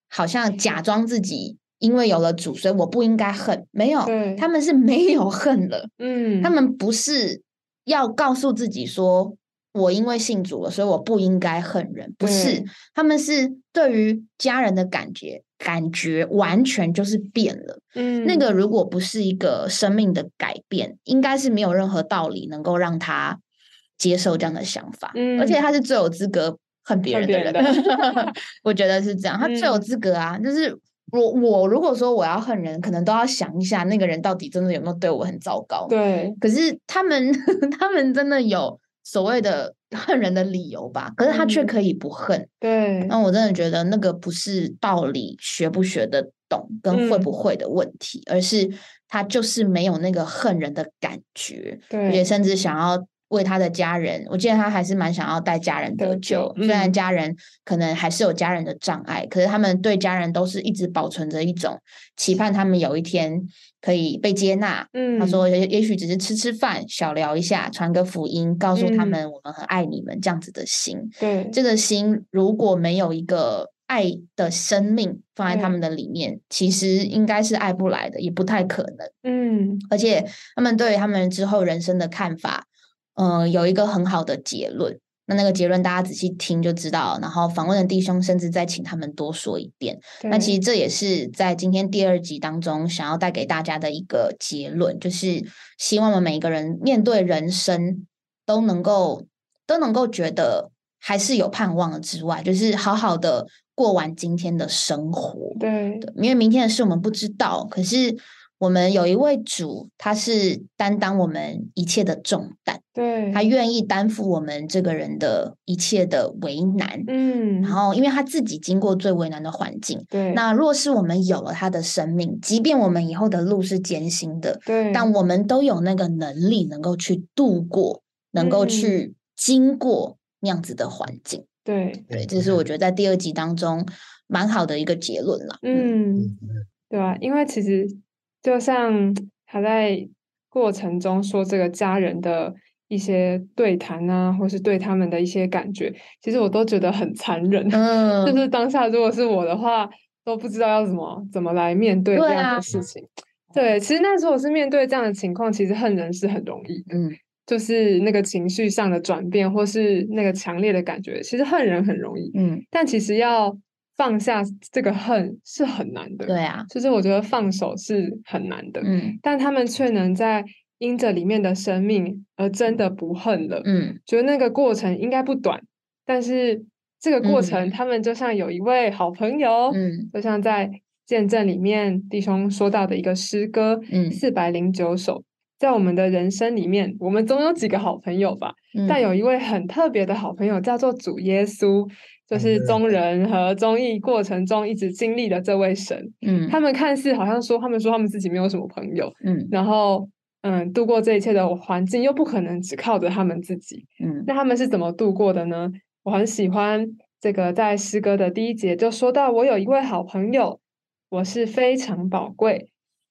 Speaker 1: 好像假装自己因为有了主，所以我不应该恨。没有
Speaker 5: 对，
Speaker 1: 他们是没有恨了，
Speaker 5: 嗯，
Speaker 1: 他们不是要告诉自己说我因为信主了，所以我不应该恨人，不是
Speaker 5: 嗯，
Speaker 1: 他们是对于家人的感觉，感觉完全就是变了。
Speaker 5: 嗯
Speaker 1: 那个如果不是一个生命的改变，应该是没有任何道理能够让他接受这样的想法，
Speaker 5: 嗯
Speaker 1: 而且他是最有资格恨别
Speaker 5: 恨
Speaker 1: 人的
Speaker 5: 别
Speaker 1: 人，
Speaker 5: 人
Speaker 1: 我觉得是这样，他最有
Speaker 5: 嗯
Speaker 1: 资格啊，就是。我我如果说我要恨人，可能都要想一下那个人到底真的有没有对我很糟糕。
Speaker 5: 对，
Speaker 1: 可是他们 他们真的有所谓的恨人的理由吧？可是他却
Speaker 5: 嗯
Speaker 1: 可以不恨，
Speaker 5: 对，
Speaker 1: 那我真的觉得那个不是道理学不学得懂跟会
Speaker 5: 嗯
Speaker 1: 不会的问题，而是他就是没有那个恨人的感觉，
Speaker 5: 对，
Speaker 1: 也甚至想要为他的家人。我记得他还是蛮想要带家人得
Speaker 5: 得
Speaker 1: 救，
Speaker 5: 救
Speaker 1: 虽然
Speaker 5: 嗯
Speaker 1: 家人可能还是有家人的障碍，可是他们对家人都是一直保存着一种期盼，他们有一天可以被接纳，
Speaker 5: 嗯，
Speaker 1: 他说也也许只是吃吃饭、小聊一下、传个福音，告诉他
Speaker 5: 嗯
Speaker 1: 们我们很爱你们这样子的心。
Speaker 5: 对，
Speaker 1: 这个心如果没有一个爱的生命放在他
Speaker 5: 嗯
Speaker 1: 们的里面，其实应该是爱不来的，也不太可能。
Speaker 5: 嗯
Speaker 1: 而且他们对于他们之后人生的看法，呃，有一个很好的结论。那那个结论大家仔细听就知道，然后访问的弟兄甚至再请他们多说一遍。那
Speaker 5: 对
Speaker 1: 其实这也是在今天第二集当中想要带给大家的一个结论，就是希望我们每一个人面对人生都能够都能够觉得还是有盼望的之外，就是好好的过完今天的生活。
Speaker 5: 对
Speaker 1: 对，因为明天的事我们不知道，可是我们有一位主，他是担当我们一切的重担，
Speaker 5: 对，
Speaker 1: 他愿意担负我们这个人的一切的为难。
Speaker 5: 嗯，
Speaker 1: 然后，因为他自己经过最为难的环境，
Speaker 5: 对，
Speaker 1: 那若是我们有了他的生命，即便我们以后的路是艰辛的，
Speaker 5: 对，
Speaker 1: 但我们都有那个能力能够去度过，能够
Speaker 5: 嗯
Speaker 1: 去经过那样子的环境。
Speaker 5: 对，嗯
Speaker 1: 对，这是我觉得在第二集当中蛮好的一个结论啦。
Speaker 5: 嗯。对啊，因为其实就像他在过程中说这个家人的一些对谈啊，或是对他们的一些感觉，其实我都觉得很残忍。
Speaker 1: 嗯，
Speaker 5: 就是当下如果是我的话，都不知道要怎么怎么来面对这
Speaker 1: 对
Speaker 5: 样
Speaker 1: 啊
Speaker 5: 的事情。对，其实那时候我是面对这样的情况，其实恨人是很容易的，
Speaker 1: 嗯，
Speaker 5: 就是那个情绪上的转变，或是那个强烈的感觉，其实恨人很容易，
Speaker 1: 嗯，
Speaker 5: 但其实要放下这个恨是很难的。
Speaker 1: 对啊，
Speaker 5: 就是我觉得放手是很难的，
Speaker 1: 嗯
Speaker 5: 但他们却能在因着里面的生命而真的不恨了。
Speaker 1: 嗯
Speaker 5: 觉得那个过程应该不短，但是这个过程，
Speaker 1: 嗯
Speaker 5: 他们就像有一位好朋友，
Speaker 1: 嗯
Speaker 5: 就像在见证里面弟兄说到的一个诗歌，
Speaker 1: 嗯
Speaker 5: 四百零九首。在我们的人生里面，我们总有几个好朋友吧，
Speaker 1: 嗯，
Speaker 5: 但有一位很特别的好朋友叫做主耶稣，
Speaker 1: 哎
Speaker 5: 就是中人和综艺过程中一直经历的这位神。
Speaker 1: 嗯
Speaker 5: 他们看似好像说，他们说他们自己没有什么朋友，
Speaker 1: 嗯
Speaker 5: 然后嗯，度过这一切的环境又不可能只靠着他们自己，
Speaker 1: 嗯
Speaker 5: 那他们是怎么度过的呢？我很喜欢这个在诗歌的第一节就说到，我有一位好朋友，我是非常宝贵，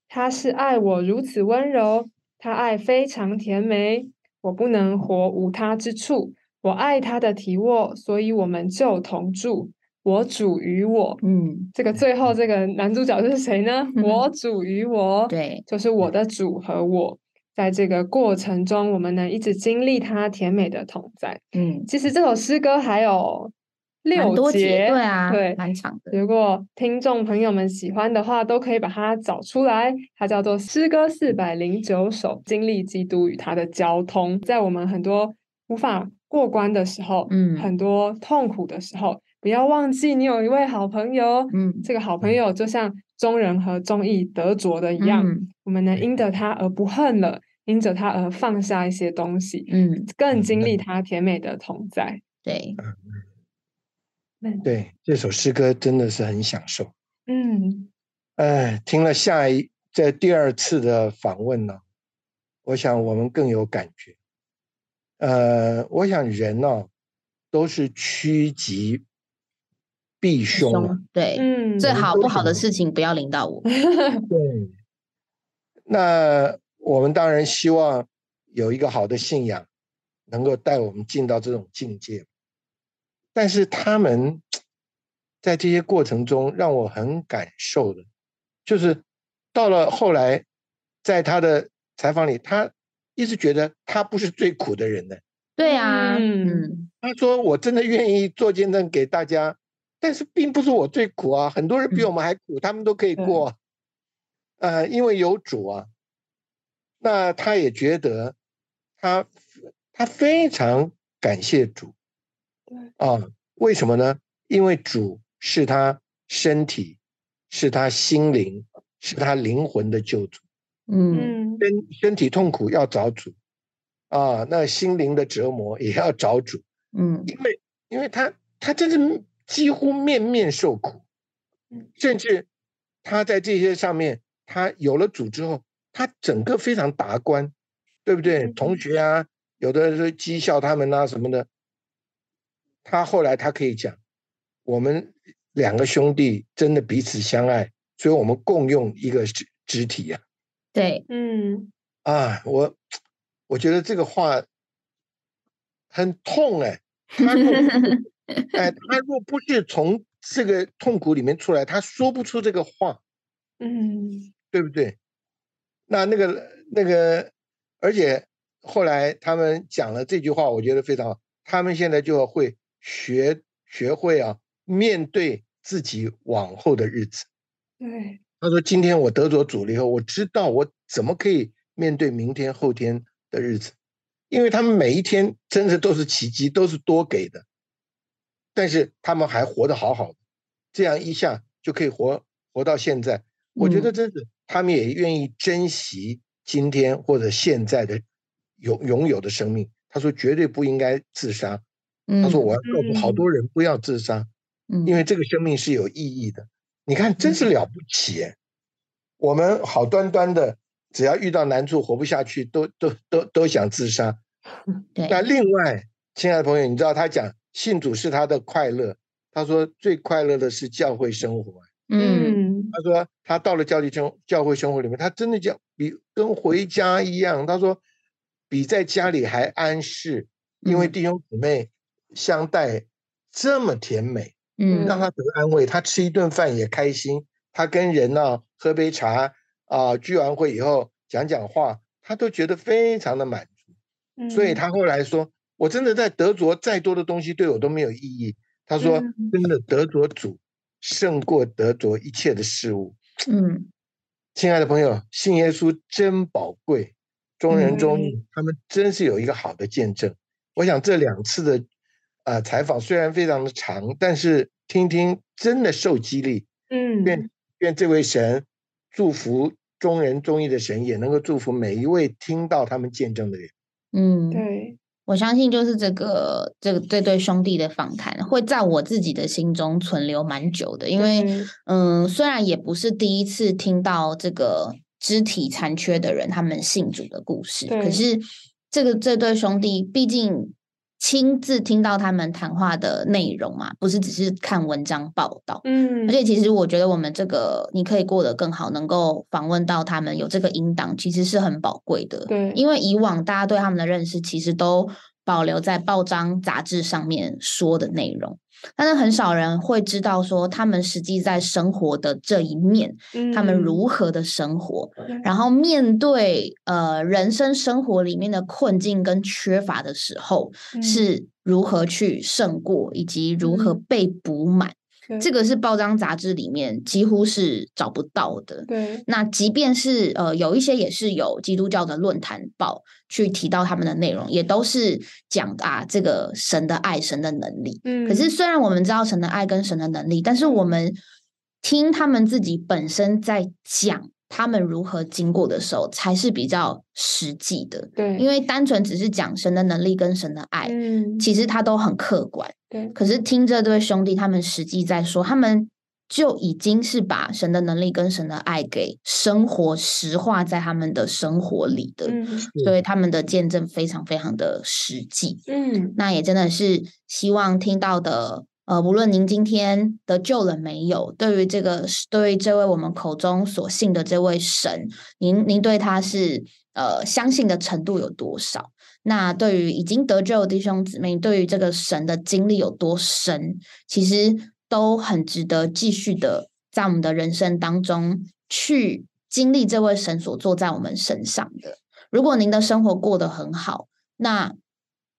Speaker 5: 他是爱我如此温柔，他爱非常甜美，我不能活无他之处，我爱他的体沃，所以我们就同住，我主于我。
Speaker 1: 嗯，
Speaker 5: 这个最后这个男主角是谁呢？我主于我，
Speaker 1: 对，
Speaker 5: 就是我的主和我，在这个过程中，我们能一直经历他甜美的同在。
Speaker 1: 嗯，
Speaker 5: 其实这首诗歌还有
Speaker 1: 蛮
Speaker 5: 六
Speaker 1: 多
Speaker 5: 节，
Speaker 1: 对啊，
Speaker 5: 对。
Speaker 1: 蛮长的，
Speaker 5: 如果听众朋友们喜欢的话，都可以把它找出来。它叫做《诗歌四百零九首》，经历基督与他的交通。在我们很多无法过关的时候，
Speaker 1: 嗯
Speaker 5: 很多痛苦的时候，不要忘记你有一位好朋友。
Speaker 1: 嗯
Speaker 5: 这个好朋友就像中人和中义得着的一样，
Speaker 1: 嗯
Speaker 5: 我们能因着他而不恨了，因着他而放下一些东西，
Speaker 1: 嗯，
Speaker 5: 更经历他甜美的同在。
Speaker 1: 对，
Speaker 6: 对，这首诗歌真的是很享受。
Speaker 5: 嗯，
Speaker 6: 哎，听了下一这第二次的访问呢、我想我们更有感觉。呃，我想人呢、都是趋吉避凶啊、
Speaker 1: 凶，对，
Speaker 5: 嗯，
Speaker 1: 最
Speaker 6: 们
Speaker 1: 好
Speaker 6: 都
Speaker 1: 不好的
Speaker 6: 是
Speaker 1: 事情不要临到我，
Speaker 6: 对，那我们当然希望有一个好的信仰，能够带我们进到这种境界。但是他们在这些过程中，让我很感受的就是到了后来，在他的采访里，他一直觉得他不是最苦的人呢。
Speaker 1: 对啊，
Speaker 5: 嗯
Speaker 1: 嗯，
Speaker 6: 他说：“我真的愿意做见证给大家，但是并不是我最苦啊，很多人比我们还苦，他们都可以过啊。呃，因为有主啊。那他也觉得他他非常感谢主
Speaker 5: 对。
Speaker 6: 啊，为什么呢？因为主是他身体，是他心灵，是他灵魂的救主。
Speaker 1: 嗯，
Speaker 5: 嗯
Speaker 6: 身身体痛苦要找主啊，那心灵的折磨也要找主。”
Speaker 1: 嗯，
Speaker 6: 因为因为他他真是几乎面面受苦，甚至他在这些上面，他有了主之后，他整个非常达观，对不对？
Speaker 5: 嗯
Speaker 6: 同学啊，有的是讥笑他们啊什么的。他后来他可以讲，我们两个兄弟真的彼此相爱，所以我们共用一个肢肢体呀、
Speaker 1: 对，
Speaker 5: 嗯，
Speaker 6: 啊。我我觉得这个话很痛哎、他如果
Speaker 1: 嗯
Speaker 6: 哎，他若不是从这个痛苦里面出来，他说不出这个话，
Speaker 5: 嗯，
Speaker 6: 对不对？那那个那个，而且后来他们讲了这句话，我觉得非常好。他们现在就会学学会啊，面对自己往后的日子。
Speaker 5: 对，
Speaker 6: 他说：“今天我得着主了以后，我知道我怎么可以面对明天、后天的日子，因为他们每一天真的都是奇迹，都是多给的，但是他们还活得好好的，这样一下就可以活活到现在。我觉得真是他们也愿意珍惜今天或者现在的有拥有的生命。”他说：“绝对不应该自杀。”
Speaker 1: 嗯
Speaker 6: 他说：“我要告诉好多人不要自杀。”
Speaker 1: 嗯
Speaker 6: 因为这个生命是有意义的。你看，真是了不起耶！我们好端端的，只要遇到难处活不下去，都都都都想自杀。
Speaker 1: 对，
Speaker 6: 那另外，亲爱的朋友，你知道他讲信主是他的快乐，他说最快乐的是教会生活。啊
Speaker 1: 嗯，
Speaker 5: 嗯
Speaker 6: 他说他到了教会生教会生活里面，他真的叫比跟回家一样。他说比在家里还安适，因为
Speaker 1: 嗯
Speaker 6: 弟兄姊妹相待这么甜美。
Speaker 1: 嗯
Speaker 6: 让他得安慰，他吃一顿饭也开心，他跟人呢、喝杯茶啊、聚完会以后讲讲话，他都觉得非常的满足。
Speaker 5: 嗯，
Speaker 6: 所以他后来说：“我真的在得着再多的东西，对我都没有意义。”他说
Speaker 5: 嗯：“
Speaker 6: 真的得着主，胜过得着一切的事物。
Speaker 1: 嗯，”
Speaker 6: 亲爱的朋友，信耶稣真宝贵，中人中
Speaker 5: 嗯
Speaker 6: 义，他们真是有一个好的见证。我想这两次的呃采访虽然非常的长，但是听听真的受激励。
Speaker 5: 嗯，
Speaker 6: 愿这位神祝福中人中义的神，也能够祝福每一位听到他们见证的人。
Speaker 1: 嗯，
Speaker 5: 对，
Speaker 1: 我相信就是这个这个这对兄弟的访谈会在我自己的心中存留蛮久的，因为
Speaker 5: 对
Speaker 1: 嗯，虽然也不是第一次听到这个肢体残缺的人他们信主的故事，可
Speaker 5: 对
Speaker 1: 是这个这对兄弟毕竟亲自听到他们谈话的内容嘛，不是只是看文章报道。
Speaker 5: 嗯，
Speaker 1: 而且其实我觉得我们这个你可以过得更好，能够访问到他们有这个音档，其实是很宝贵的。
Speaker 5: 对
Speaker 1: 因为以往大家对他们的认识其实都保留在报章杂志上面说的内容，但是很少人会知道说他们实际在生活的这一面，他们
Speaker 5: 嗯
Speaker 1: 如何的生活，
Speaker 5: 对
Speaker 1: 然后面对呃人生生活里面的困境跟缺乏的时候，
Speaker 5: 嗯
Speaker 1: 是如何去胜过，以及如何
Speaker 5: 嗯
Speaker 1: 被补满。
Speaker 5: 对
Speaker 1: 这个是报章杂志里面几乎是找不到的。
Speaker 5: 对
Speaker 1: 那即便是呃有一些也是有基督教的论坛报去提到他们的内容，也都是讲啊这个神的爱、神的能力。
Speaker 5: 嗯，
Speaker 1: 可是虽然我们知道神的爱跟神的能力，但是我们听他们自己本身在讲他们如何经过的时候，才是比较实际的。
Speaker 5: 对，
Speaker 1: 因为单纯只是讲神的能力跟神的爱，
Speaker 5: 嗯，
Speaker 1: 其实他都很客观。
Speaker 5: 对
Speaker 1: 可是听这对兄弟他们实际在说，他们就已经是把神的能力跟神的爱给生活实化在他们的生活里的，
Speaker 5: 嗯
Speaker 1: 所以他们的见证非常非常的实际。
Speaker 5: 嗯
Speaker 1: 那也真的是希望听到的，呃，无论您今天得救了没有，对于这个对于这位我们口中所信的这位神，您您对他是呃相信的程度有多少？那对于已经得救的弟兄姊妹，对于这个神的经历有多深，其实都很值得继续的在我们的人生当中去经历这位神所坐在我们身上的。如果您的生活过得很好，那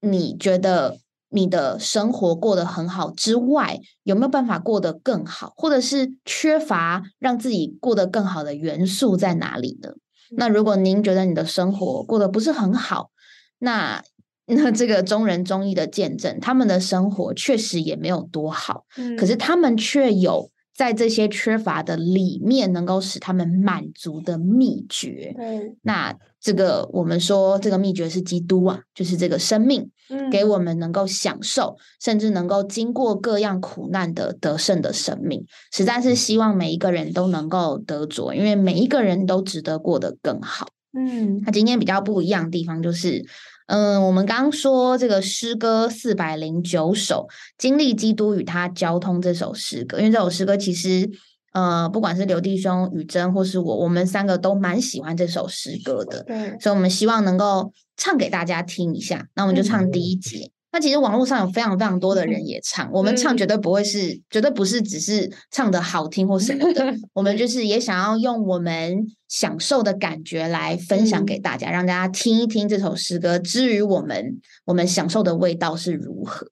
Speaker 1: 你觉得你的生活过得很好之外，有没有办法过得更好，或者是缺乏让自己过得更好的元素在哪里呢？那如果您觉得你的生活过得不是很好，那那这个中人中医的见证，他们的生活确实也没有多好，
Speaker 5: 嗯
Speaker 1: 可是他们却有在这些缺乏的里面，能够使他们满足的秘诀。
Speaker 5: 对，
Speaker 1: 那这个我们说，这个秘诀是基督啊，就是这个生命
Speaker 5: 嗯
Speaker 1: 给我们能够享受，甚至能够经过各样苦难的得胜的生命，实在是希望每一个人都能够得着，因为每一个人都值得过得更好。
Speaker 5: 嗯
Speaker 1: 那今天比较不一样的地方就是，嗯，我们刚刚说这个诗歌四百零九首《经历基督与他交通》这首诗歌，因为这首诗歌其实，呃，不管是刘弟兄、雨珍或是我，我们三个都蛮喜欢这首诗歌的，
Speaker 5: 对，
Speaker 1: 所以我们希望能够唱给大家听一下。那我们就唱第一节。那其实网络上有非常非常多的人也唱，我们唱
Speaker 5: 嗯
Speaker 1: 绝对不会是，绝对不是只是唱的好听或什么的，我们就是也想要用我们享受的感觉来分享给大家，让大家听一听这首诗歌。至于我们，我们享受的味道是如何？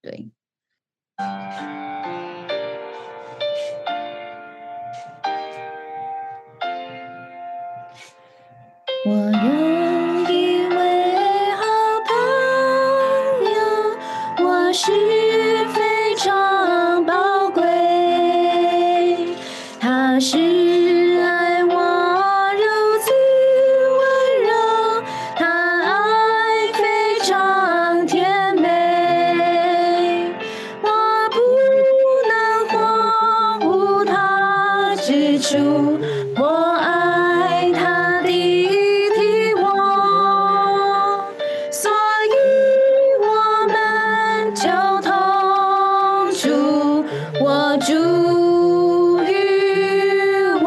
Speaker 1: 对，
Speaker 7: 我有一位好朋友，我是非常宝贵。他是爱我如此温柔，他爱非常甜美。我不能荒芜他之处。我爱他的体我，所以我们就同住。我住与我。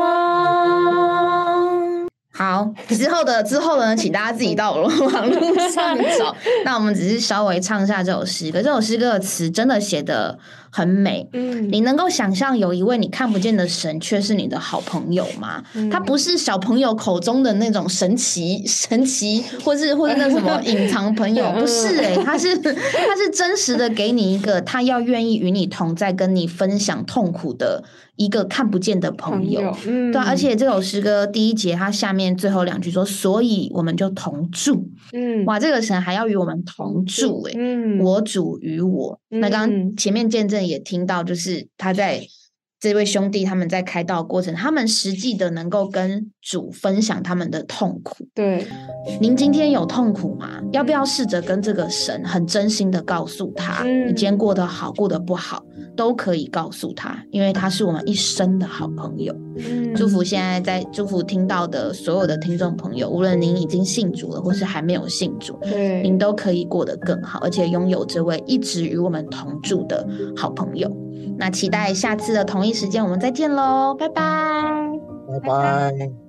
Speaker 1: 好，之后的之后呢，请大家自己到网络网络上找。那我们只是稍微唱一下这首诗歌，这首诗歌的词真的写的很美，
Speaker 5: 嗯，
Speaker 1: 你能够想象有一位你看不见的神，却是你的好朋友吗？
Speaker 5: 嗯
Speaker 1: 他不是小朋友口中的那种神奇、神奇，或是或是那什么隐藏朋 友，
Speaker 5: 嗯
Speaker 1: 不是诶、他是他是真实的给你一个他要愿意与你同在、跟你分享痛苦的一个看不见的朋
Speaker 5: 朋
Speaker 1: 友。
Speaker 5: 友，嗯，
Speaker 1: 对啊、而且这首诗歌第一节，它下面最后两句说：“所以我们就同住。”
Speaker 5: 嗯，
Speaker 1: 哇，这个神还要与我们同住欸诶、
Speaker 5: 嗯，
Speaker 1: 我主与我。那刚
Speaker 5: 嗯
Speaker 1: 刚前面见证也听到，就是他在这位兄弟他们在开道过程，他们实际的能够跟主分享他们的痛苦。
Speaker 5: 对，
Speaker 1: 您今天有痛苦吗？要不要试着跟这个神很真心的告诉他，
Speaker 5: 嗯
Speaker 1: 你今天过得好，过得不好，都可以告诉他，因为他是我们一生的好朋友。
Speaker 5: 嗯
Speaker 1: 祝福现在在祝福听到的所有的听众朋友，无论您已经信主了，或是还没有信主，
Speaker 5: 嗯对，
Speaker 1: 您都可以过得更好，而且拥有这位一直与我们同住的好朋友。那期待下次的同一时间我们再见喽，拜拜。
Speaker 6: 拜拜。